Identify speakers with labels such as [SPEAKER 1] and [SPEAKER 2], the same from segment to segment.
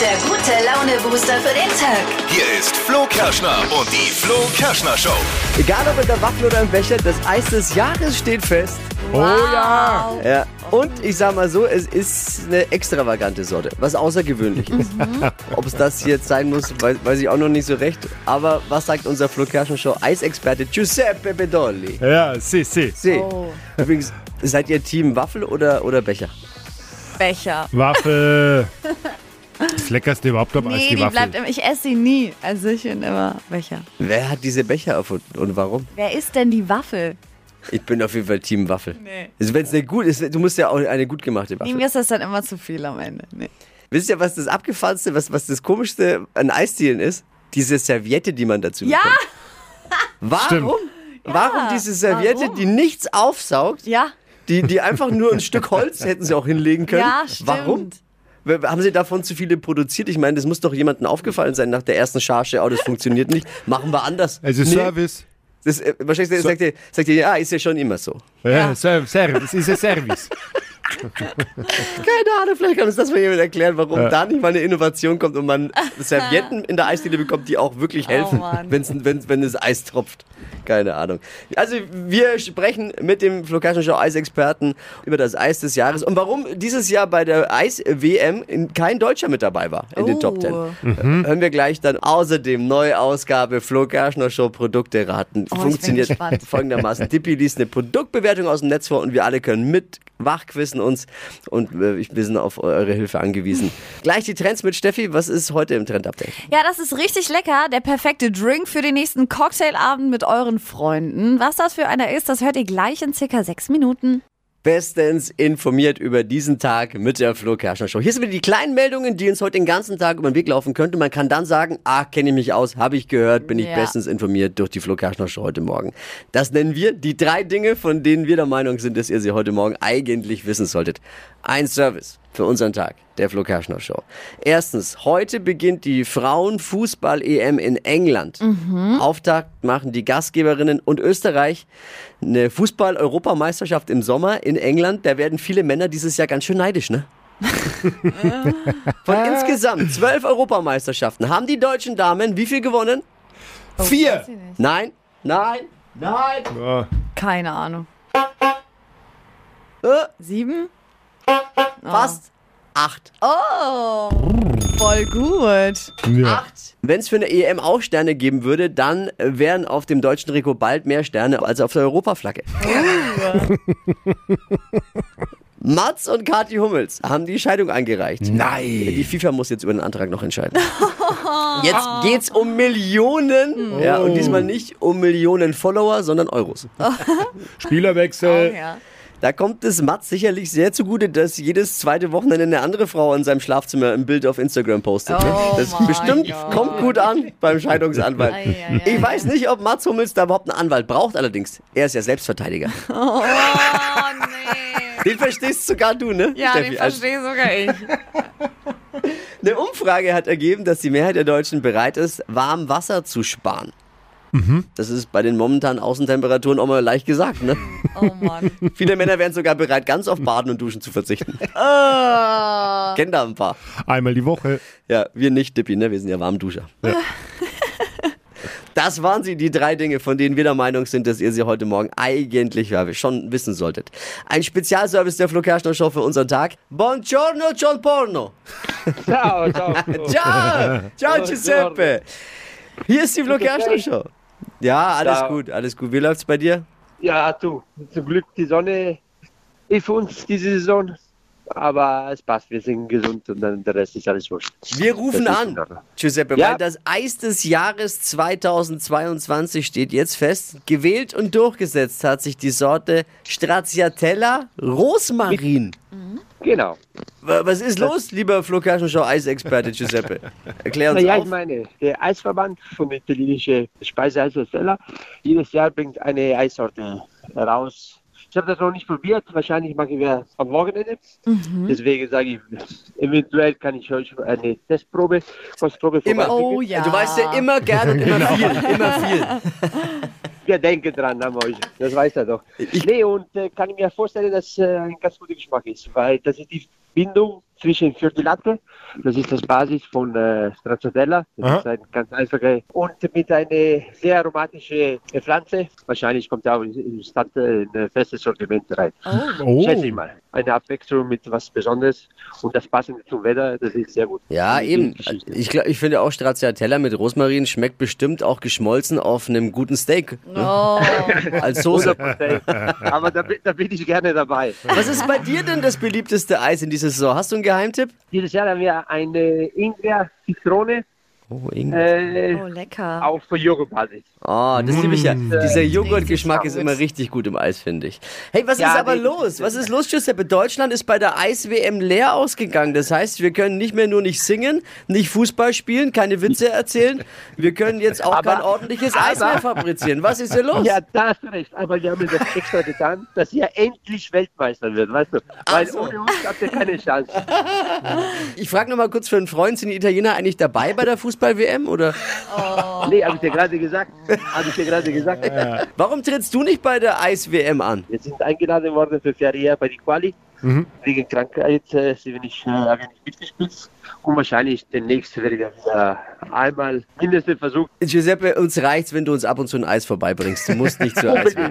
[SPEAKER 1] der gute Laune-Booster für den Tag.
[SPEAKER 2] Hier ist Flo Kerschner und die Flo Kerschner Show.
[SPEAKER 3] Egal ob in der Waffel oder im Becher, das Eis des Jahres steht fest.
[SPEAKER 4] Oh ja!
[SPEAKER 3] Ja. Und ich sag mal so, es ist eine extravagante Sorte, was außergewöhnlich ist.
[SPEAKER 5] Mhm.
[SPEAKER 3] Ob es das jetzt sein muss, weiß, weiß ich auch noch nicht so recht. Aber was sagt unser Flo Kerschner Show Eisexperte Giuseppe Bedolli?
[SPEAKER 4] Ja, si, si.
[SPEAKER 3] See.
[SPEAKER 5] Oh.
[SPEAKER 3] Übrigens, seid ihr Team Waffel oder, oder Becher?
[SPEAKER 5] Becher.
[SPEAKER 4] Waffel. Fleckerst du überhaupt am Eis
[SPEAKER 5] Nee,
[SPEAKER 4] die
[SPEAKER 5] die
[SPEAKER 4] Waffel?
[SPEAKER 5] bleibt immer. Ich esse sie nie. Also ich bin immer Becher.
[SPEAKER 3] Wer hat diese Becher erfunden und warum?
[SPEAKER 5] Wer ist denn die Waffel?
[SPEAKER 3] Ich bin auf jeden Fall Team Waffel.
[SPEAKER 5] Nee.
[SPEAKER 3] Also wenn's eine gut ist, du musst ja auch eine gut gemachte
[SPEAKER 5] Nee,
[SPEAKER 3] Waffel.
[SPEAKER 5] mir ist das dann immer zu viel am Ende. Nee.
[SPEAKER 3] Wisst ihr, was das abgefahrenste, was, was das komischste an Eisdielen ist? Diese Serviette, die man dazu
[SPEAKER 5] Ja!
[SPEAKER 3] bekommt. Warum? Warum diese Serviette,
[SPEAKER 5] warum?
[SPEAKER 3] die nichts aufsaugt,
[SPEAKER 5] Ja,
[SPEAKER 3] die, die einfach nur ein Stück Holz hätten sie auch hinlegen können?
[SPEAKER 5] ja, stimmt.
[SPEAKER 3] Warum? W- Haben sie davon zu viele produziert? Ich meine, das muss doch jemandem aufgefallen sein nach der ersten Charge. Oh, das funktioniert nicht. Machen wir anders.
[SPEAKER 4] Also
[SPEAKER 3] Nee,
[SPEAKER 4] Service.
[SPEAKER 3] Das, äh, wahrscheinlich sagt ihr, sagt ihr, ja, ist ja schon immer so.
[SPEAKER 4] Ja, Service, Service, ist ein Service.
[SPEAKER 3] Keine Ahnung, vielleicht kann uns das mal jemand erklären, warum da nicht mal eine Innovation kommt und man Servietten in der Eisdiele bekommt, die auch wirklich helfen,
[SPEAKER 5] Oh, Mann.
[SPEAKER 3] wenn's, wenn, wenn es Eis tropft. Keine Ahnung. Also wir sprechen mit dem Flo Kerschner Show Eisexperten über das Eis des Jahres und warum dieses Jahr bei der Eis-WM in- kein Deutscher mit dabei war in den
[SPEAKER 5] Oh.
[SPEAKER 3] Top Ten. Äh, Hören wir gleich dann außerdem neue Ausgabe Flo Kerschner Show Produkte raten.
[SPEAKER 5] ich Oh, bin
[SPEAKER 3] Funktioniert
[SPEAKER 5] gespannt.
[SPEAKER 3] folgendermaßen. Dippi liest eine Produktbewertung aus dem Netz vor und wir alle können mit wachquissen uns und äh, ich- wir sind auf eure Hilfe angewiesen. Gleich die Trends mit Steffi. Was ist heute im Trend-Update?
[SPEAKER 5] Ja, das ist richtig lecker. Der perfekte Drink für den nächsten Cocktailabend mit euren Freunden. Was das für einer ist, das hört ihr gleich in circa sechs Minuten.
[SPEAKER 3] Bestens informiert über diesen Tag mit der Flo Kerschner Show. Hier sind wieder die kleinen Meldungen, die uns heute den ganzen Tag über den Weg laufen könnten. Man kann dann sagen, ah, kenne ich mich aus, habe ich gehört, bin ich
[SPEAKER 5] Ja.
[SPEAKER 3] bestens informiert durch die Flo Kerschner Show heute Morgen. Das nennen wir die drei Dinge, von denen wir der Meinung sind, dass ihr sie heute Morgen eigentlich wissen solltet. Ein Service für unseren Tag, der Flo Kerschner Show. Erstens, heute beginnt die Frauenfußball-EM in England. Auftakt machen die Gastgeberinnen und Österreich eine Fußball-Europameisterschaft im Sommer in England. Da werden viele Männer dieses Jahr ganz schön neidisch, ne? Von insgesamt zwölf Europameisterschaften haben die deutschen Damen wie viel gewonnen?
[SPEAKER 5] Oh,
[SPEAKER 4] Vier!
[SPEAKER 3] Nein, nein, nein.
[SPEAKER 4] Ja.
[SPEAKER 5] Keine Ahnung.
[SPEAKER 3] Äh,
[SPEAKER 5] Sieben?
[SPEAKER 3] fast acht.
[SPEAKER 5] Oh, voll gut.
[SPEAKER 4] Ja.
[SPEAKER 3] Wenn es für eine EM auch Sterne geben würde, dann äh, wären auf dem deutschen Trikot bald mehr Sterne als auf der Europaflagge. Mats und Kathi Hummels haben die Scheidung eingereicht. Die
[SPEAKER 4] Nein!
[SPEAKER 3] FIFA muss jetzt über den Antrag noch entscheiden. Jetzt geht's um Millionen. Ja, und diesmal nicht um Millionen Follower, sondern Euros.
[SPEAKER 4] Spielerwechsel.
[SPEAKER 5] Oh, ja.
[SPEAKER 3] Da kommt es Mats sicherlich sehr zugute, dass jedes zweite Wochenende eine andere Frau in seinem Schlafzimmer ein Bild auf Instagram postet. ne?
[SPEAKER 5] Oh
[SPEAKER 3] das
[SPEAKER 5] mein
[SPEAKER 3] bestimmt
[SPEAKER 5] Gott.
[SPEAKER 3] kommt gut an beim Scheidungsanwalt.
[SPEAKER 5] Ei, ei,
[SPEAKER 3] Ich weiß nicht, ob Mats Hummels da überhaupt einen Anwalt braucht, allerdings. Er ist ja Selbstverteidiger.
[SPEAKER 5] Oh, nee.
[SPEAKER 3] Den verstehst sogar du, ne?
[SPEAKER 5] Ja,
[SPEAKER 3] Steffi?
[SPEAKER 5] den
[SPEAKER 3] Also,
[SPEAKER 5] verstehe sogar ich.
[SPEAKER 3] Eine Umfrage hat ergeben, dass die Mehrheit der Deutschen bereit ist, warm Wasser zu sparen. Das ist bei den momentanen Außentemperaturen auch mal leicht gesagt, ne?
[SPEAKER 5] Oh Mann.
[SPEAKER 3] Viele Männer wären sogar bereit, ganz auf Baden und Duschen zu verzichten.
[SPEAKER 4] Ah,
[SPEAKER 3] Kennt da ein paar.
[SPEAKER 4] Einmal die Woche.
[SPEAKER 3] Ja, wir nicht, Dippi, ne? Wir sind ja Warmduscher. Das waren sie, die drei Dinge, von denen wir der Meinung sind, dass ihr sie heute Morgen eigentlich ja, schon wissen solltet. Ein Spezialservice der Flo Kerschner Show für unseren Tag. Buongiorno, John Porno.
[SPEAKER 6] Ciao, ciao.
[SPEAKER 3] Ciao, ciao Giuseppe. Hier ist die Flo Kerschner Show. Ja, alles
[SPEAKER 6] Ciao.
[SPEAKER 3] gut, alles gut. Wie läuft's bei dir?
[SPEAKER 6] Ja, du, zum Glück die Sonne ist für uns diese Saison. Aber es passt, wir sind gesund und dann der Rest ist alles wurscht.
[SPEAKER 3] Wir rufen
[SPEAKER 6] Das ist
[SPEAKER 3] an,
[SPEAKER 6] in Ordnung.
[SPEAKER 3] Giuseppe,
[SPEAKER 6] Ja.
[SPEAKER 3] weil das Eis des Jahres 2022 steht jetzt fest. Gewählt und durchgesetzt hat sich die Sorte Stracciatella Rosmarin.
[SPEAKER 6] Genau.
[SPEAKER 3] Wa- Was ist los, lieber Flo Kerschenschau Eisexperte Giuseppe? Erklär uns
[SPEAKER 6] Naja, ich
[SPEAKER 3] auf.
[SPEAKER 6] meine, der Eisverband von der italienischen Speiseeishersteller, jedes Jahr bringt eine Eissorte raus. Ich habe das noch nicht probiert, wahrscheinlich machen wir es am Wochenende.
[SPEAKER 3] Mhm.
[SPEAKER 6] Deswegen sage ich, eventuell kann ich euch eine Testprobe, Kostprobe
[SPEAKER 3] Immer.
[SPEAKER 6] vorbeibringen.
[SPEAKER 5] Oh ja.
[SPEAKER 3] Du weißt ja immer gern und immer viel, immer viel.
[SPEAKER 6] Wir denken dran an euch, das weiß er doch.
[SPEAKER 3] Ich-
[SPEAKER 6] nee, und äh, kann ich mir vorstellen, dass äh, ein ganz guter Geschmack ist, weil das ist die Bindung zwischen Fiordi Latte, das ist das Basis von äh, Stracciatella, das
[SPEAKER 4] Aha.
[SPEAKER 6] ist ein ganz einfacher, und mit einer sehr aromatischen äh, Pflanze. Wahrscheinlich kommt er auch in, in, Stand, äh, in ein festes Sortiment rein.
[SPEAKER 4] Oh,
[SPEAKER 6] Schätze ich mal. Eine Abwechslung mit was Besonderes und das passende zum Wetter, das ist sehr gut.
[SPEAKER 3] Ja,
[SPEAKER 6] Eine
[SPEAKER 3] eben.
[SPEAKER 6] Geschichte.
[SPEAKER 3] Ich, glaub, ich finde auch Stracciatella mit Rosmarin schmeckt bestimmt auch geschmolzen auf einem guten Steak ne?
[SPEAKER 5] Oh.
[SPEAKER 3] als Soße.
[SPEAKER 6] 100%. Aber da, bin- da bin ich gerne dabei.
[SPEAKER 3] Was ist bei dir denn das beliebteste Eis in dieser Saison? Hast du einen Geheimtipp?
[SPEAKER 6] Dieses Jahr haben wir eine Ingwer-Zitrone
[SPEAKER 3] Oh, Ingwer.
[SPEAKER 6] äh,
[SPEAKER 5] oh, lecker.
[SPEAKER 6] auf Joghurtbasis.
[SPEAKER 3] Oh, das liebe ich ja. Dieser Joghurtgeschmack ist
[SPEAKER 5] gut.
[SPEAKER 3] immer richtig gut im Eis, finde ich. Hey, was
[SPEAKER 6] Ja,
[SPEAKER 3] ist aber
[SPEAKER 6] nee,
[SPEAKER 3] los? Was ist los, Giuseppe? Deutschland ist bei der Eis-WM leer ausgegangen. Das heißt, wir können nicht mehr nur nicht singen, nicht Fußball spielen, keine Witze erzählen. Wir können jetzt auch
[SPEAKER 6] Aber-
[SPEAKER 3] kein ordentliches Eis mehr fabrizieren. Was ist hier los?
[SPEAKER 6] Ja, da hast du recht. Aber wir haben mir das extra getan, dass ihr endlich Weltmeister wird, weißt du? Weil
[SPEAKER 3] so.
[SPEAKER 6] ohne uns habt ihr keine Chance.
[SPEAKER 3] Ich frage nochmal kurz für einen Freund, sind die Italiener eigentlich dabei bei der Fußball-WM? Oder
[SPEAKER 6] Nee, habe ich dir gerade gesagt. Habe ich dir gerade gesagt.
[SPEAKER 3] warum trittst du nicht bei der Eis-WM an?
[SPEAKER 6] Wir sind eingeladen worden für Feria bei die Quali. Wegen Krankheit äh, sind wir nicht, äh, haben wir nicht mitgespielt. Und wahrscheinlich demnächst werden wir wieder einmal mindestens versuchen.
[SPEAKER 3] Giuseppe, uns reicht's, wenn du uns ab und zu ein Eis vorbeibringst. Du musst nicht zur Eisbahn.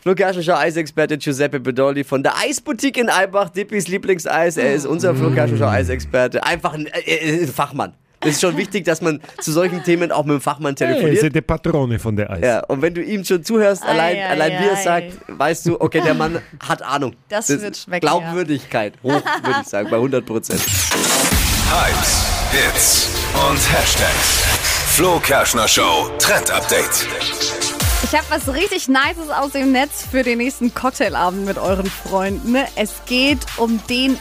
[SPEAKER 3] Flugherrschischer Eisexperte Giuseppe Bedolli von der Eisboutique in Albach, Dippis Lieblingseis. Er ist unser Flugherrschischer Eisexperte. Einfach ein äh, äh, Fachmann. Das ist schon wichtig, dass man zu solchen Themen auch mit dem Fachmann
[SPEAKER 4] hey, ist ja
[SPEAKER 3] telefoniert.
[SPEAKER 4] der Patrone von der Eis.
[SPEAKER 3] Ja, und wenn du ihm schon zuhörst, allein,
[SPEAKER 5] Ei, ei,
[SPEAKER 3] allein wie er es
[SPEAKER 5] ei.
[SPEAKER 3] sagt, weißt du, okay, der Mann hat Ahnung.
[SPEAKER 5] Das wird schmecken,
[SPEAKER 3] Glaubwürdigkeit hoch, würde ich sagen, bei 100 Prozent.
[SPEAKER 2] Hypes, Hits und Hashtags. Flo Kerschner Show Trend Update.
[SPEAKER 5] Ich habe was richtig Nices aus dem Netz für den nächsten Cocktailabend mit euren Freunden. Es geht um den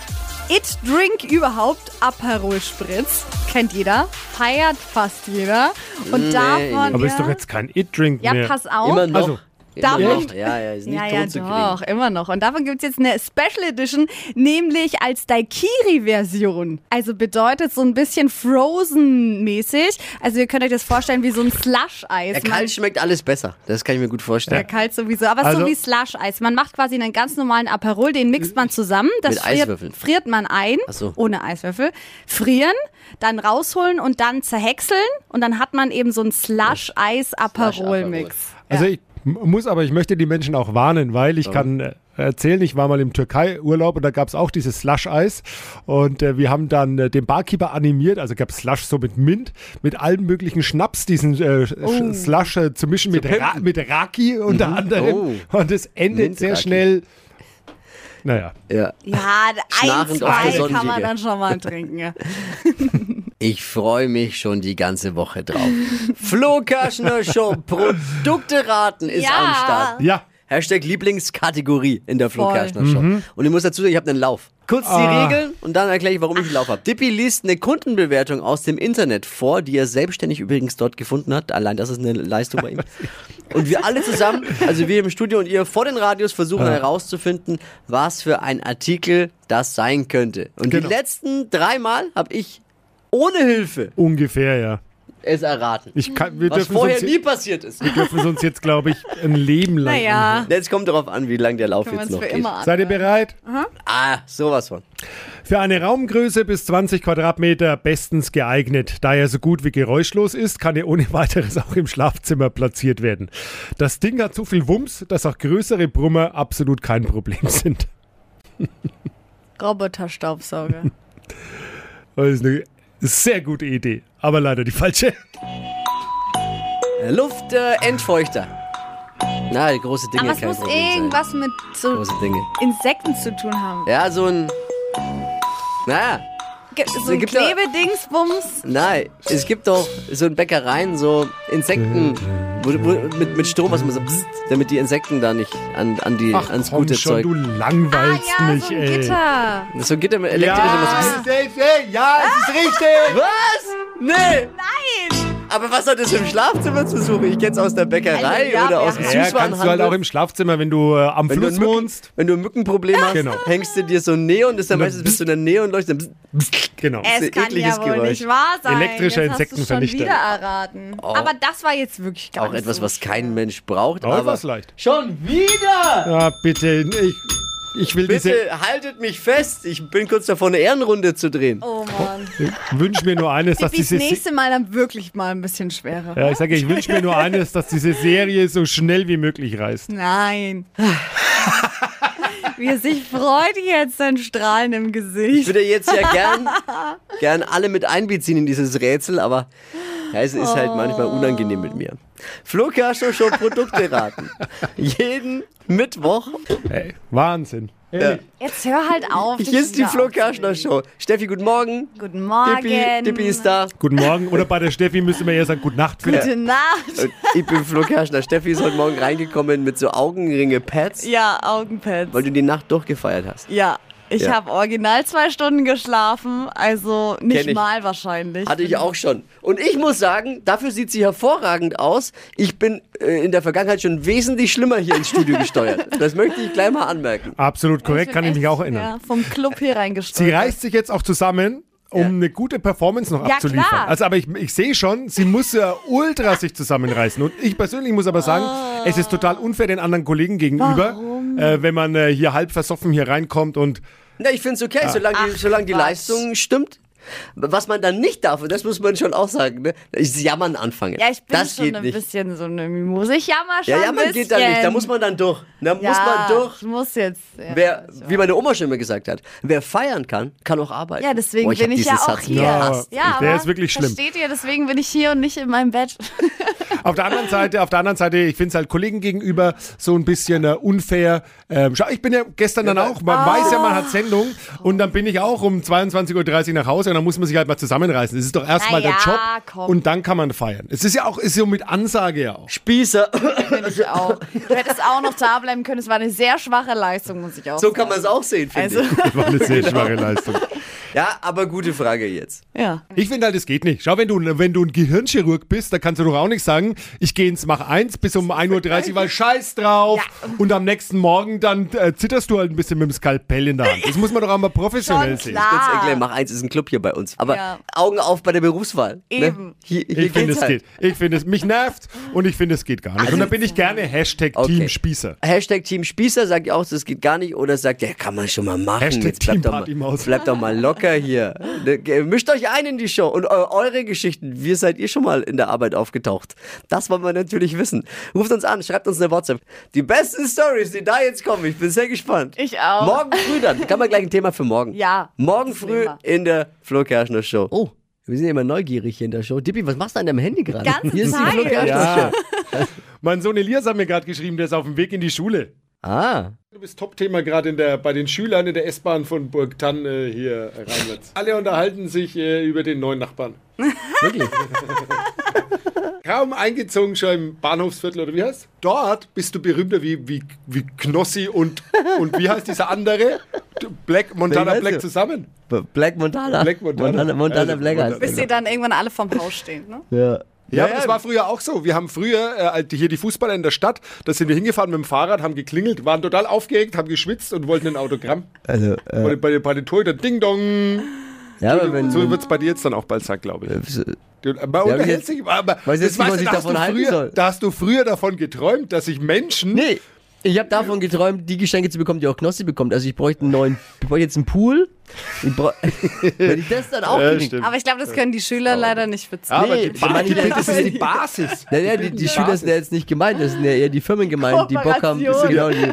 [SPEAKER 5] It-Drink überhaupt, Aperol Spritz. Kennt jeder, feiert fast jeder. Und
[SPEAKER 3] Nee.
[SPEAKER 5] davon...
[SPEAKER 4] Aber
[SPEAKER 5] ja,
[SPEAKER 4] ist doch jetzt kein It-Drink
[SPEAKER 5] Ja,
[SPEAKER 4] mehr.
[SPEAKER 5] pass auf.
[SPEAKER 3] Immer noch.
[SPEAKER 4] Also,
[SPEAKER 3] Immer
[SPEAKER 5] Darf
[SPEAKER 3] noch.
[SPEAKER 5] ich-
[SPEAKER 3] Ja, ja, ist nicht
[SPEAKER 5] ja,
[SPEAKER 3] tot
[SPEAKER 5] ja,
[SPEAKER 3] zu kriegen.
[SPEAKER 5] doch, immer noch. Und davon gibt es jetzt eine Special Edition, nämlich als Daikiri-Version. Also bedeutet so ein bisschen Frozen-mäßig. Also ihr könnt euch das vorstellen wie so ein
[SPEAKER 3] Ja,
[SPEAKER 5] Slush-Eis. Man-
[SPEAKER 3] kalt schmeckt alles besser. Das kann ich mir gut
[SPEAKER 5] Ja,
[SPEAKER 3] vorstellen.
[SPEAKER 5] kalt sowieso, aber es ist so
[SPEAKER 4] Also-
[SPEAKER 5] wie Slush-Eis. Man macht quasi einen ganz normalen Aperol, den mixt man zusammen. Das
[SPEAKER 3] Mit Eiswürfeln.
[SPEAKER 5] friert, friert man ein,
[SPEAKER 3] Ach so.
[SPEAKER 5] ohne Eiswürfel. Frieren, dann rausholen und dann zerhäckseln. Und dann hat man eben so einen Slush-Eis-Aperol-Mix.
[SPEAKER 4] also ich m- muss aber, ich möchte die Menschen auch warnen, weil ich kann äh, erzählen, ich war mal im Türkei-Urlaub und da gab es auch dieses Slush-Eis und äh, wir haben dann äh, den Barkeeper animiert, also gab es Slush so mit Mint, mit allen möglichen Schnaps, diesen äh, Sch- Slush äh, zu mischen mit, Ra mit Raki unter anderem
[SPEAKER 3] Oh.
[SPEAKER 4] und es endet sehr
[SPEAKER 3] Mint-Raki.
[SPEAKER 4] schnell, naja.
[SPEAKER 3] Ja.
[SPEAKER 5] Ja, ein,
[SPEAKER 3] Schnarchend auf der
[SPEAKER 5] zwei kann man
[SPEAKER 3] Sonnenliege.
[SPEAKER 5] dann schon mal trinken. Ja.
[SPEAKER 3] Ich freue mich schon die ganze Woche drauf. Flo Kerschner Show Produkte raten ist
[SPEAKER 5] Ja.
[SPEAKER 3] am Start.
[SPEAKER 4] Ja.
[SPEAKER 3] Hashtag Lieblingskategorie in der Flo
[SPEAKER 5] Voll.
[SPEAKER 3] Kerschner Show. Und ich muss dazu sagen, ich habe einen Lauf. Kurz die
[SPEAKER 4] Mhm. Ah.
[SPEAKER 3] Regeln und dann erkläre ich, warum ich einen Lauf habe. Dippi liest eine Kundenbewertung aus dem Internet vor, die er selbstständig übrigens dort gefunden hat. Allein das ist eine Leistung bei ihm. Und wir alle zusammen, also wir im Studio und ihr vor den Radios versuchen herauszufinden, was für ein Artikel das sein könnte. Und
[SPEAKER 4] Genau.
[SPEAKER 3] die letzten dreimal habe ich ohne Hilfe
[SPEAKER 4] Ungefähr, ja.
[SPEAKER 3] es erraten.
[SPEAKER 4] Ich kann, wir
[SPEAKER 3] was
[SPEAKER 4] dürfen
[SPEAKER 3] vorher
[SPEAKER 4] sonst-
[SPEAKER 3] nie passiert ist.
[SPEAKER 4] Wir dürfen es uns jetzt, glaube ich, ein Leben lang.
[SPEAKER 5] Naja,
[SPEAKER 3] Jetzt kommt darauf an, wie lang der Lauf
[SPEAKER 5] können wir
[SPEAKER 3] jetzt
[SPEAKER 5] uns
[SPEAKER 3] noch
[SPEAKER 5] für
[SPEAKER 3] geht.
[SPEAKER 5] immer an.
[SPEAKER 4] Seid ihr bereit?
[SPEAKER 3] Ah, sowas von.
[SPEAKER 4] Für eine Raumgröße bis 20 Quadratmeter bestens geeignet. Da er so gut wie geräuschlos ist, kann er ohne weiteres auch im Schlafzimmer platziert werden. Das Ding hat so viel Wumms, dass auch größere Brummer absolut kein Problem sind.
[SPEAKER 5] Roboterstaubsauger.
[SPEAKER 4] Das ist eine sehr gute Idee, aber leider die falsche.
[SPEAKER 3] Luftentfeuchter. Äh, Entfeuchter. Na, die große Dinge
[SPEAKER 5] Aber es
[SPEAKER 3] kein
[SPEAKER 5] muss
[SPEAKER 3] Problem sein.
[SPEAKER 5] irgendwas mit so
[SPEAKER 3] Große Dinge.
[SPEAKER 5] Insekten zu tun haben.
[SPEAKER 3] Ja, so ein. Naja,
[SPEAKER 5] Ge- So ein
[SPEAKER 3] Gibt ja-
[SPEAKER 5] Klebedingsbums.
[SPEAKER 3] nein, es gibt doch so in Bäckereien so Insekten
[SPEAKER 4] Mhm.
[SPEAKER 3] wo, wo, mit, mit Strom, was man so pssst, damit die Insekten da nicht an, an die, ans
[SPEAKER 4] komm
[SPEAKER 3] gute
[SPEAKER 4] schon,
[SPEAKER 3] Zeug.
[SPEAKER 4] du langweilst
[SPEAKER 5] Ah, Ja,
[SPEAKER 4] mich,
[SPEAKER 5] so ein
[SPEAKER 4] ey.
[SPEAKER 5] Gitter.
[SPEAKER 3] Das ist so Gitter mit elektrisch und was.
[SPEAKER 4] Ja, ja,
[SPEAKER 5] Ah.
[SPEAKER 4] es ist richtig.
[SPEAKER 3] Was? Nee! Nein! Aber was hat das im Schlafzimmer zu suchen? Ich kenn's aus der Bäckerei
[SPEAKER 5] Also, ja,
[SPEAKER 3] oder aus dem
[SPEAKER 5] wir
[SPEAKER 4] Ja, kannst du halt auch
[SPEAKER 3] Süßwarenhandel.
[SPEAKER 4] im Schlafzimmer, wenn du äh, am
[SPEAKER 3] wenn, du
[SPEAKER 4] Fluss
[SPEAKER 3] ein Mücken,
[SPEAKER 4] wohnst.
[SPEAKER 3] wenn du ein Mückenproblem hast,
[SPEAKER 4] Genau.
[SPEAKER 3] hängst du dir so ein Neon, das ist dann
[SPEAKER 4] Und dann
[SPEAKER 3] meistens bist du in der Neonleuchte. dann bzzzt.
[SPEAKER 4] Genau.
[SPEAKER 3] ist
[SPEAKER 5] Es kann
[SPEAKER 3] ein
[SPEAKER 5] ja
[SPEAKER 3] ekliges
[SPEAKER 5] wohl
[SPEAKER 3] Geräusch.
[SPEAKER 5] nicht wahr sein.
[SPEAKER 4] Elektrischer
[SPEAKER 5] Jetzt hast du's
[SPEAKER 4] Insektenvernichter.
[SPEAKER 5] Schon wieder erraten. Aber das war jetzt wirklich gar
[SPEAKER 3] Oh. Auch
[SPEAKER 5] nicht
[SPEAKER 3] etwas,
[SPEAKER 5] so
[SPEAKER 3] was
[SPEAKER 5] schwer.
[SPEAKER 3] kein Mensch braucht.
[SPEAKER 4] Oh,
[SPEAKER 3] aber
[SPEAKER 4] was leicht.
[SPEAKER 3] Schon wieder!
[SPEAKER 4] Ja, bitte. Ich, Ich will diese,
[SPEAKER 3] Bitte haltet mich fest. Ich bin kurz davor, eine Ehrenrunde zu drehen.
[SPEAKER 5] Oh Mann.
[SPEAKER 4] wünsche mir nur eines, dass
[SPEAKER 5] Tippi, das
[SPEAKER 4] diese, Se-
[SPEAKER 5] nächste Mal dann wirklich mal ein bisschen schwerer.
[SPEAKER 4] ja, ich sage, ich wünsche mir nur eines, dass diese Serie so schnell wie möglich reißt.
[SPEAKER 5] Nein. Wie er sich freut jetzt, sein Strahlen im
[SPEAKER 3] Ich
[SPEAKER 5] Gesicht.
[SPEAKER 3] würde jetzt ja gern, gern alle mit einbeziehen in dieses Rätsel, aber ja, es ist halt manchmal unangenehm mit mir. Flo Kerschner Show Produkte raten. Jeden Mittwoch.
[SPEAKER 4] Ey, Wahnsinn. Ehrlich.
[SPEAKER 5] Jetzt hör halt auf. dich
[SPEAKER 3] Hier ist die
[SPEAKER 5] wieder
[SPEAKER 3] Flo
[SPEAKER 5] aufzuregen.
[SPEAKER 3] Kerschner Show. Steffi, guten Morgen.
[SPEAKER 5] Guten Morgen.
[SPEAKER 3] Dippi, Dippi ist da.
[SPEAKER 4] Guten Morgen. Oder bei der Steffi müsste man eher sagen, Gute Nacht.
[SPEAKER 5] Gute Nacht.
[SPEAKER 3] Und ich bin Flo Kerschner. Steffi ist heute Morgen reingekommen mit so Augenringe-Pads,
[SPEAKER 5] Ja, Augenpads.
[SPEAKER 3] weil du die Nacht durchgefeiert hast.
[SPEAKER 5] Ja, ich
[SPEAKER 3] Ja.
[SPEAKER 5] habe original zwei Stunden geschlafen, also nicht
[SPEAKER 3] Kenn ich.
[SPEAKER 5] mal wahrscheinlich.
[SPEAKER 3] Hatte ich auch schon. Und ich muss sagen, dafür sieht sie hervorragend aus. Ich bin äh, in der Vergangenheit schon wesentlich schlimmer hier ins Studio gesteuert. Das möchte ich gleich mal anmerken.
[SPEAKER 4] Absolut korrekt,
[SPEAKER 5] bin
[SPEAKER 4] kann ich mich
[SPEAKER 5] echt,
[SPEAKER 4] auch erinnern.
[SPEAKER 5] Ja, vom Club hier
[SPEAKER 4] Sie
[SPEAKER 5] reingestolpert.
[SPEAKER 4] reißt sich jetzt auch zusammen, um
[SPEAKER 3] Ja.
[SPEAKER 4] eine gute Performance noch
[SPEAKER 5] Ja,
[SPEAKER 4] abzuliefern.
[SPEAKER 5] klar.
[SPEAKER 4] Also, aber ich, ich sehe schon, sie muss ja ultra sich zusammenreißen. Und ich persönlich muss aber sagen,
[SPEAKER 5] Ah.
[SPEAKER 4] es ist total unfair den anderen Kollegen gegenüber, äh, wenn man äh, hier halb versoffen hier reinkommt und
[SPEAKER 3] Na, ich finde es okay, solange die,
[SPEAKER 5] Ach,
[SPEAKER 3] solange die
[SPEAKER 5] was.
[SPEAKER 3] Leistung stimmt. Was man dann nicht darf, und das muss man schon auch sagen, ne? ist jammern anfangen.
[SPEAKER 5] Ja, ich bin
[SPEAKER 3] das
[SPEAKER 5] schon
[SPEAKER 3] geht
[SPEAKER 5] ein
[SPEAKER 3] nicht.
[SPEAKER 5] bisschen so eine Mimose. Ich jammer schon
[SPEAKER 3] ja, jammern
[SPEAKER 5] ein bisschen.
[SPEAKER 3] geht da nicht. Da muss man dann durch. Da muss man
[SPEAKER 5] Ich
[SPEAKER 3] durch.
[SPEAKER 5] muss jetzt. Ja,
[SPEAKER 3] Wer,
[SPEAKER 5] ich
[SPEAKER 3] wie meine Oma schon immer gesagt hat, wer feiern kann, kann auch arbeiten.
[SPEAKER 5] Ja, deswegen
[SPEAKER 3] Boah, ich
[SPEAKER 5] bin
[SPEAKER 3] hab
[SPEAKER 5] ich ja
[SPEAKER 3] diesen
[SPEAKER 5] auch
[SPEAKER 3] Satz
[SPEAKER 5] hier.
[SPEAKER 4] gehasst.
[SPEAKER 5] Ja,
[SPEAKER 4] Der
[SPEAKER 5] aber
[SPEAKER 4] ist wirklich schlimm.
[SPEAKER 5] Versteht ihr? Deswegen bin ich hier und nicht in meinem Bett.
[SPEAKER 4] Auf der anderen Seite, auf der anderen Seite, ich finde es halt Kollegen gegenüber so ein bisschen äh, unfair. Ähm, schau, ich bin ja gestern dann auch, man weiß ja, man
[SPEAKER 5] Ah.
[SPEAKER 4] hat Sendung und dann bin ich auch um 22.30 Uhr nach Hause und dann muss man sich halt mal zusammenreißen. Es ist doch erstmal
[SPEAKER 5] Na
[SPEAKER 4] der
[SPEAKER 5] ja,
[SPEAKER 4] Job
[SPEAKER 5] komm.
[SPEAKER 4] und dann kann man feiern. Es ist ja auch, ist ja mit Ansage ja auch.
[SPEAKER 3] Spießer.
[SPEAKER 5] bin ich auch. Du hättest auch noch da bleiben können. Es war eine sehr schwache Leistung, muss ich auch
[SPEAKER 3] So
[SPEAKER 5] sagen.
[SPEAKER 3] kann man es auch sehen, finde
[SPEAKER 5] Also,
[SPEAKER 3] ich.
[SPEAKER 4] Das war eine sehr schwache Leistung.
[SPEAKER 3] Ja, aber gute Frage jetzt.
[SPEAKER 5] ja.
[SPEAKER 4] Ich finde halt, es geht nicht. Schau, wenn du, wenn du ein Gehirnchirurg bist, da kannst du doch auch nicht sagen, ich gehe ins Mach 1 bis um 1.30 Uhr, weil scheiß drauf. Und am nächsten Morgen, dann äh, zitterst du halt ein bisschen mit dem Skalpell in der Hand. Das muss man doch auch mal professionell
[SPEAKER 5] Schon
[SPEAKER 4] sehen.
[SPEAKER 5] klar.
[SPEAKER 3] Kurz erklären, mach eins ist ein Club hier bei uns. Aber
[SPEAKER 5] Ja.
[SPEAKER 3] Augen auf bei der Berufswahl. Ne?
[SPEAKER 5] Eben.
[SPEAKER 3] Hier, hier
[SPEAKER 4] Ich finde,
[SPEAKER 3] geht's
[SPEAKER 4] es
[SPEAKER 3] halt.
[SPEAKER 4] geht. Ich finde, es mich nervt und ich finde, es geht gar nicht. und da bin ich gerne Hashtag
[SPEAKER 3] Okay.
[SPEAKER 4] Team Spießer.
[SPEAKER 3] Hashtag Team Spießer sagt ja auch, das geht gar nicht. Oder sagt, ja, kann man schon mal machen.
[SPEAKER 4] Hashtag
[SPEAKER 3] Jetzt bleibt,
[SPEAKER 4] Team
[SPEAKER 3] doch mal,
[SPEAKER 4] Partymaus.
[SPEAKER 3] bleibt doch mal locker hier. Ne, ge- Mischt euch ein in die Show und eu- eure Geschichten. Wie seid ihr schon mal in der Arbeit aufgetaucht? Das wollen wir natürlich wissen. Ruft uns an, schreibt uns eine WhatsApp. Die besten Stories, die da jetzt kommen. Ich bin sehr gespannt.
[SPEAKER 5] Ich auch.
[SPEAKER 3] Morgen früh dann. Kann man gleich ein Thema für morgen.
[SPEAKER 5] Ja,
[SPEAKER 3] Morgen
[SPEAKER 5] das
[SPEAKER 3] früh
[SPEAKER 5] nehmen
[SPEAKER 3] in der Flo Kerschner Show. Oh. Wir sind ja immer neugierig hier in der Show. Dippi, was machst du an deinem Handy gerade?
[SPEAKER 5] Ganze
[SPEAKER 3] Hier ist die
[SPEAKER 5] Zeit.
[SPEAKER 3] Flo Kerschner
[SPEAKER 4] Ja.
[SPEAKER 3] Show.
[SPEAKER 4] mein Sohn Elias hat mir gerade geschrieben, der ist auf dem Weg in die Schule.
[SPEAKER 3] Ah.
[SPEAKER 4] Du bist Top-Thema gerade in der- bei den Schülern in der S-Bahn von Burgtann äh, hier Rheinland. Alle unterhalten sich äh, über den neuen Nachbarn.
[SPEAKER 3] Wirklich?
[SPEAKER 4] Kaum eingezogen schon im Bahnhofsviertel oder wie heißt? Dort bist du berühmter wie, wie, wie Knossi und, und wie heißt dieser andere? Black, Montana
[SPEAKER 3] heißt
[SPEAKER 4] Black
[SPEAKER 3] der?
[SPEAKER 4] zusammen.
[SPEAKER 3] Black Montana.
[SPEAKER 4] Black Montana.
[SPEAKER 3] Montana, Montana
[SPEAKER 4] Also,
[SPEAKER 3] Black heißt
[SPEAKER 5] Bis
[SPEAKER 3] er.
[SPEAKER 5] ihr dann irgendwann alle vom Haus stehen, ne?
[SPEAKER 3] Ja.
[SPEAKER 4] Ja, aber das war früher auch so. Wir haben früher äh, halt hier die Fußballer in der Stadt, da sind wir hingefahren mit dem Fahrrad, haben geklingelt, waren total aufgeregt, haben geschwitzt und wollten ein Autogramm.
[SPEAKER 3] Also,
[SPEAKER 4] Bei, bei, bei den Torhütern Ding Dong.
[SPEAKER 3] ja, aber wenn
[SPEAKER 4] so wird's bei dir jetzt dann auch bald sein, glaube ich. Du, aber
[SPEAKER 3] Hm. Äh. Ja,
[SPEAKER 4] unterhält
[SPEAKER 3] jetzt-
[SPEAKER 4] sich, aber
[SPEAKER 3] weiß jetzt nicht,
[SPEAKER 4] das
[SPEAKER 3] was
[SPEAKER 4] weißt du,
[SPEAKER 3] ich
[SPEAKER 4] da hast
[SPEAKER 3] davon
[SPEAKER 4] du
[SPEAKER 3] halten
[SPEAKER 4] früher,
[SPEAKER 3] soll.
[SPEAKER 4] Da hast du früher davon geträumt, dass sich Menschen.
[SPEAKER 3] Nee, ich habe davon geträumt, die Geschenke zu bekommen, die auch Knossi bekommt. Also ich bräuchte einen neuen, ich bräuchte jetzt einen Pool. Ich brauch, wenn ich das dann auch
[SPEAKER 4] Ja,
[SPEAKER 3] kriege.
[SPEAKER 4] stimmt.
[SPEAKER 5] Aber ich glaube, das können die Schüler leider nicht bezahlen.
[SPEAKER 4] aber
[SPEAKER 3] nee,
[SPEAKER 4] die, ba
[SPEAKER 3] meine,
[SPEAKER 4] die,
[SPEAKER 3] das
[SPEAKER 4] das
[SPEAKER 3] ist
[SPEAKER 4] ist
[SPEAKER 3] ja
[SPEAKER 4] die Basis.
[SPEAKER 3] Naja, die, die Schüler sind ja jetzt nicht gemeint, das sind ja eher die Firmen gemeint, die Bock haben. Das sind genau die,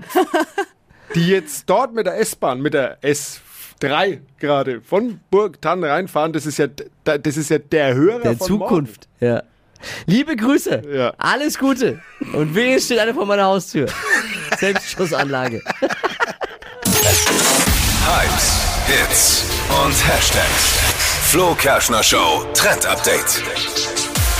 [SPEAKER 4] die jetzt dort mit der S-Bahn, mit der S3 gerade von Burgtann reinfahren, das ist ja, d- das ist ja der Hörer
[SPEAKER 3] der
[SPEAKER 4] von morgen.
[SPEAKER 3] Zukunft. Ja. Liebe Grüße,
[SPEAKER 4] Ja.
[SPEAKER 3] alles Gute und wehe, es steht einer vor meiner Haustür. Selbstschussanlage.
[SPEAKER 2] Hypes, Hits und Hashtags. Flo Kerschner Show Trend Update.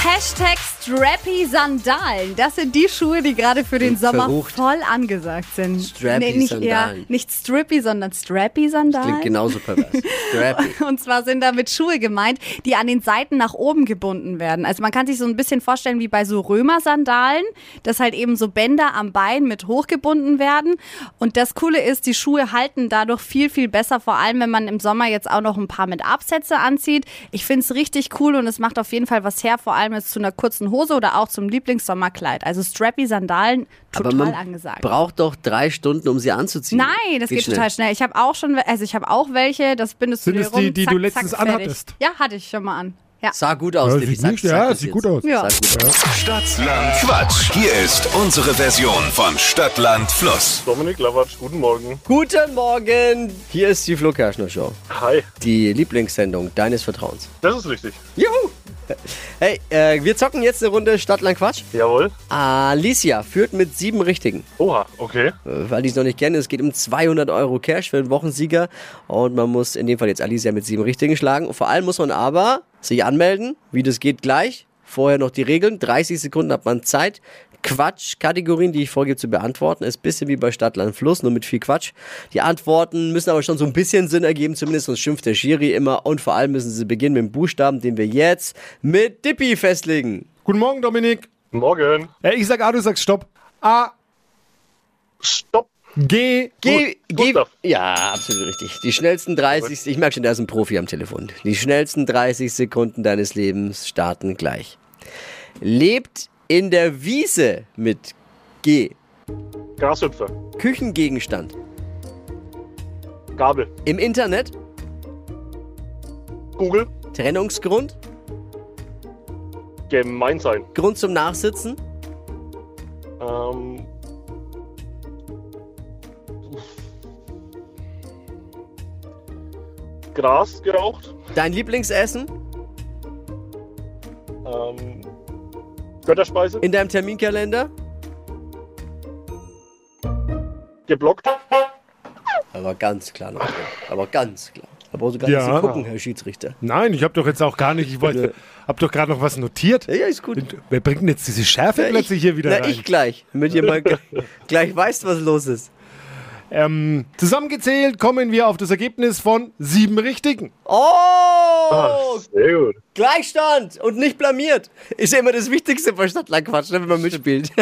[SPEAKER 5] Hashtag Strappy Sandalen. Das sind die Schuhe, die gerade für den Sommer
[SPEAKER 3] Verrucht.
[SPEAKER 5] voll angesagt sind.
[SPEAKER 3] Strappy
[SPEAKER 5] nicht,
[SPEAKER 3] Sandalen.
[SPEAKER 5] Ja, nicht Strappy, sondern Strappy Sandalen.
[SPEAKER 3] Klingt genau genauso pervers. Strappy.
[SPEAKER 5] Und zwar sind damit Schuhe gemeint, die an den Seiten nach oben gebunden werden. Also man kann sich so ein bisschen vorstellen wie bei so Römersandalen, dass halt eben so Bänder am Bein mit hochgebunden werden. Und das Coole ist, die Schuhe halten dadurch viel, viel besser, vor allem wenn man im Sommer jetzt auch noch ein paar mit Absätze anzieht. Ich finde es richtig cool und es macht auf jeden Fall was her, vor allem jetzt zu einer kurzen Hose oder auch zum Lieblingssommerkleid. Also strappy Sandalen,
[SPEAKER 3] Aber
[SPEAKER 5] total
[SPEAKER 3] man
[SPEAKER 5] angesagt.
[SPEAKER 3] braucht doch drei Stunden, um sie anzuziehen.
[SPEAKER 5] Nein, das geht, total schnell. Ich habe auch schon, also ich habe auch welche, das bindest
[SPEAKER 4] Sind
[SPEAKER 5] du dir
[SPEAKER 4] es
[SPEAKER 5] rum,
[SPEAKER 4] die, die
[SPEAKER 5] zack,
[SPEAKER 4] du letztens
[SPEAKER 5] zack, fertig.
[SPEAKER 4] anhattest?
[SPEAKER 5] Ja, hatte ich schon mal an. Ja.
[SPEAKER 3] Sah gut aus,
[SPEAKER 4] Ja,
[SPEAKER 3] Lilly.
[SPEAKER 4] sieht
[SPEAKER 3] Sag-
[SPEAKER 4] nicht-
[SPEAKER 3] sag
[SPEAKER 4] ja,
[SPEAKER 3] das
[SPEAKER 4] sieht
[SPEAKER 3] jetzt.
[SPEAKER 4] gut aus.
[SPEAKER 5] Ja.
[SPEAKER 3] Sag gut aus.
[SPEAKER 2] Stadtland Quatsch. Hier ist unsere Version von Stadtland Fluss.
[SPEAKER 7] Dominik Lavatsch, guten Morgen.
[SPEAKER 3] Guten Morgen. Hier ist die Flo Kerschner Show.
[SPEAKER 7] Hi.
[SPEAKER 3] Die Lieblingssendung deines Vertrauens.
[SPEAKER 7] Das ist richtig.
[SPEAKER 3] Juhu. Hey, äh, wir zocken jetzt eine Runde Stadtland Quatsch.
[SPEAKER 7] Jawohl.
[SPEAKER 3] Alicia führt mit sieben Richtigen.
[SPEAKER 7] Oha, okay.
[SPEAKER 3] Äh, Weil die es noch nicht kennen, es geht um 200 Euro Cash für den Wochensieger. Und man muss in dem Fall jetzt Alicia mit sieben Richtigen schlagen. Und vor allem muss man aber sich anmelden, wie das geht gleich. Vorher noch die Regeln. 30 Sekunden hat man Zeit. Quatsch-Kategorien, die ich vorgebe zu beantworten, ist ein bisschen wie bei Stadt, Land, Fluss, nur mit viel Quatsch. Die Antworten müssen aber schon so ein bisschen Sinn ergeben, zumindest sonst schimpft der Schiri immer. Und vor allem müssen sie beginnen mit dem Buchstaben, den wir jetzt mit Dippi festlegen.
[SPEAKER 4] Guten Morgen, Dominik.
[SPEAKER 7] Morgen.
[SPEAKER 4] Äh, ich sag A, du sagst Stopp. A,
[SPEAKER 7] Stopp.
[SPEAKER 4] G,
[SPEAKER 3] Geh,
[SPEAKER 7] Gut,
[SPEAKER 3] geh,
[SPEAKER 7] Gustav.
[SPEAKER 3] ja, absolut richtig. Die schnellsten 30, ich merke schon, da ist ein Profi am Telefon. Die schnellsten 30 Sekunden deines Lebens starten gleich. Lebt in der Wiese mit G.
[SPEAKER 7] Grashüpfer.
[SPEAKER 3] Küchengegenstand.
[SPEAKER 7] Gabel.
[SPEAKER 3] Im Internet.
[SPEAKER 7] Google.
[SPEAKER 3] Trennungsgrund.
[SPEAKER 7] Gemein sein.
[SPEAKER 3] Grund zum Nachsitzen.
[SPEAKER 7] Ähm. Gras geraucht.
[SPEAKER 3] Dein Lieblingsessen.
[SPEAKER 7] Ähm. Götterspeise.
[SPEAKER 3] In deinem Terminkalender.
[SPEAKER 7] Geblockt.
[SPEAKER 3] Aber ganz klar noch. Aber ganz klar. Da brauchst du gar
[SPEAKER 4] Ja.
[SPEAKER 3] nicht zu gucken, Herr Schiedsrichter.
[SPEAKER 4] Nein, ich habe doch jetzt auch gar nicht, ich wollte, hab doch gerade noch was notiert.
[SPEAKER 3] Ja, ja, ist gut.
[SPEAKER 4] Und Wer bringt denn jetzt diese Schärfe
[SPEAKER 3] Na,
[SPEAKER 4] plötzlich hier wieder
[SPEAKER 3] na,
[SPEAKER 4] rein?
[SPEAKER 3] ich gleich. Damit ihr mal g- gleich weißt, was los ist.
[SPEAKER 4] Ähm, zusammengezählt kommen wir auf das Ergebnis von sieben Richtigen.
[SPEAKER 3] Oh!
[SPEAKER 7] Sehr gut.
[SPEAKER 3] Gleichstand und nicht blamiert. Ist ja immer das Wichtigste bei Stadtlangquatsch, ne, wenn man mitspielt.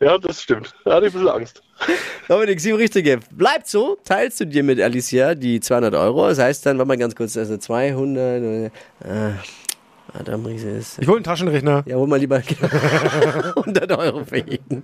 [SPEAKER 7] Ja, das stimmt. Da hatte ich ein bisschen Angst.
[SPEAKER 3] Dominik, sieben Richtige. Bleibt so. Teilst du dir mit Alicia die 200 Euro. Das heißt dann, warte mal ganz kurz, also 200. Äh, ah, Adam Riese ist.
[SPEAKER 4] Ich hole einen Taschenrechner.
[SPEAKER 3] Ja, hol mal lieber 100 Euro für jeden.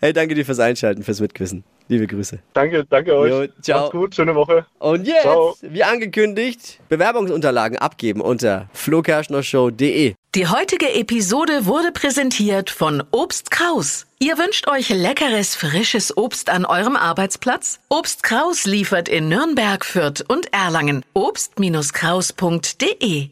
[SPEAKER 3] Hey, danke dir fürs Einschalten, fürs Mitquissen. Liebe Grüße.
[SPEAKER 7] Danke, danke euch.
[SPEAKER 3] Jo, ciao.
[SPEAKER 7] Macht's gut, schöne Woche.
[SPEAKER 3] Und jetzt,
[SPEAKER 7] Ciao.
[SPEAKER 3] wie angekündigt, Bewerbungsunterlagen abgeben unter flokerschnershow.de.
[SPEAKER 8] Die heutige Episode wurde präsentiert von Obst Kraus. Ihr wünscht euch leckeres, frisches Obst an eurem Arbeitsplatz? Obst Kraus liefert in Nürnberg, Fürth und Erlangen. Obst-Kraus.de